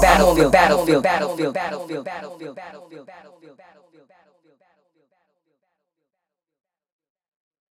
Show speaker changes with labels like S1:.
S1: battlefield, battlefield, battlefield, battlefield, battlefield, battlefield, battlefield, battlefield, battlefield.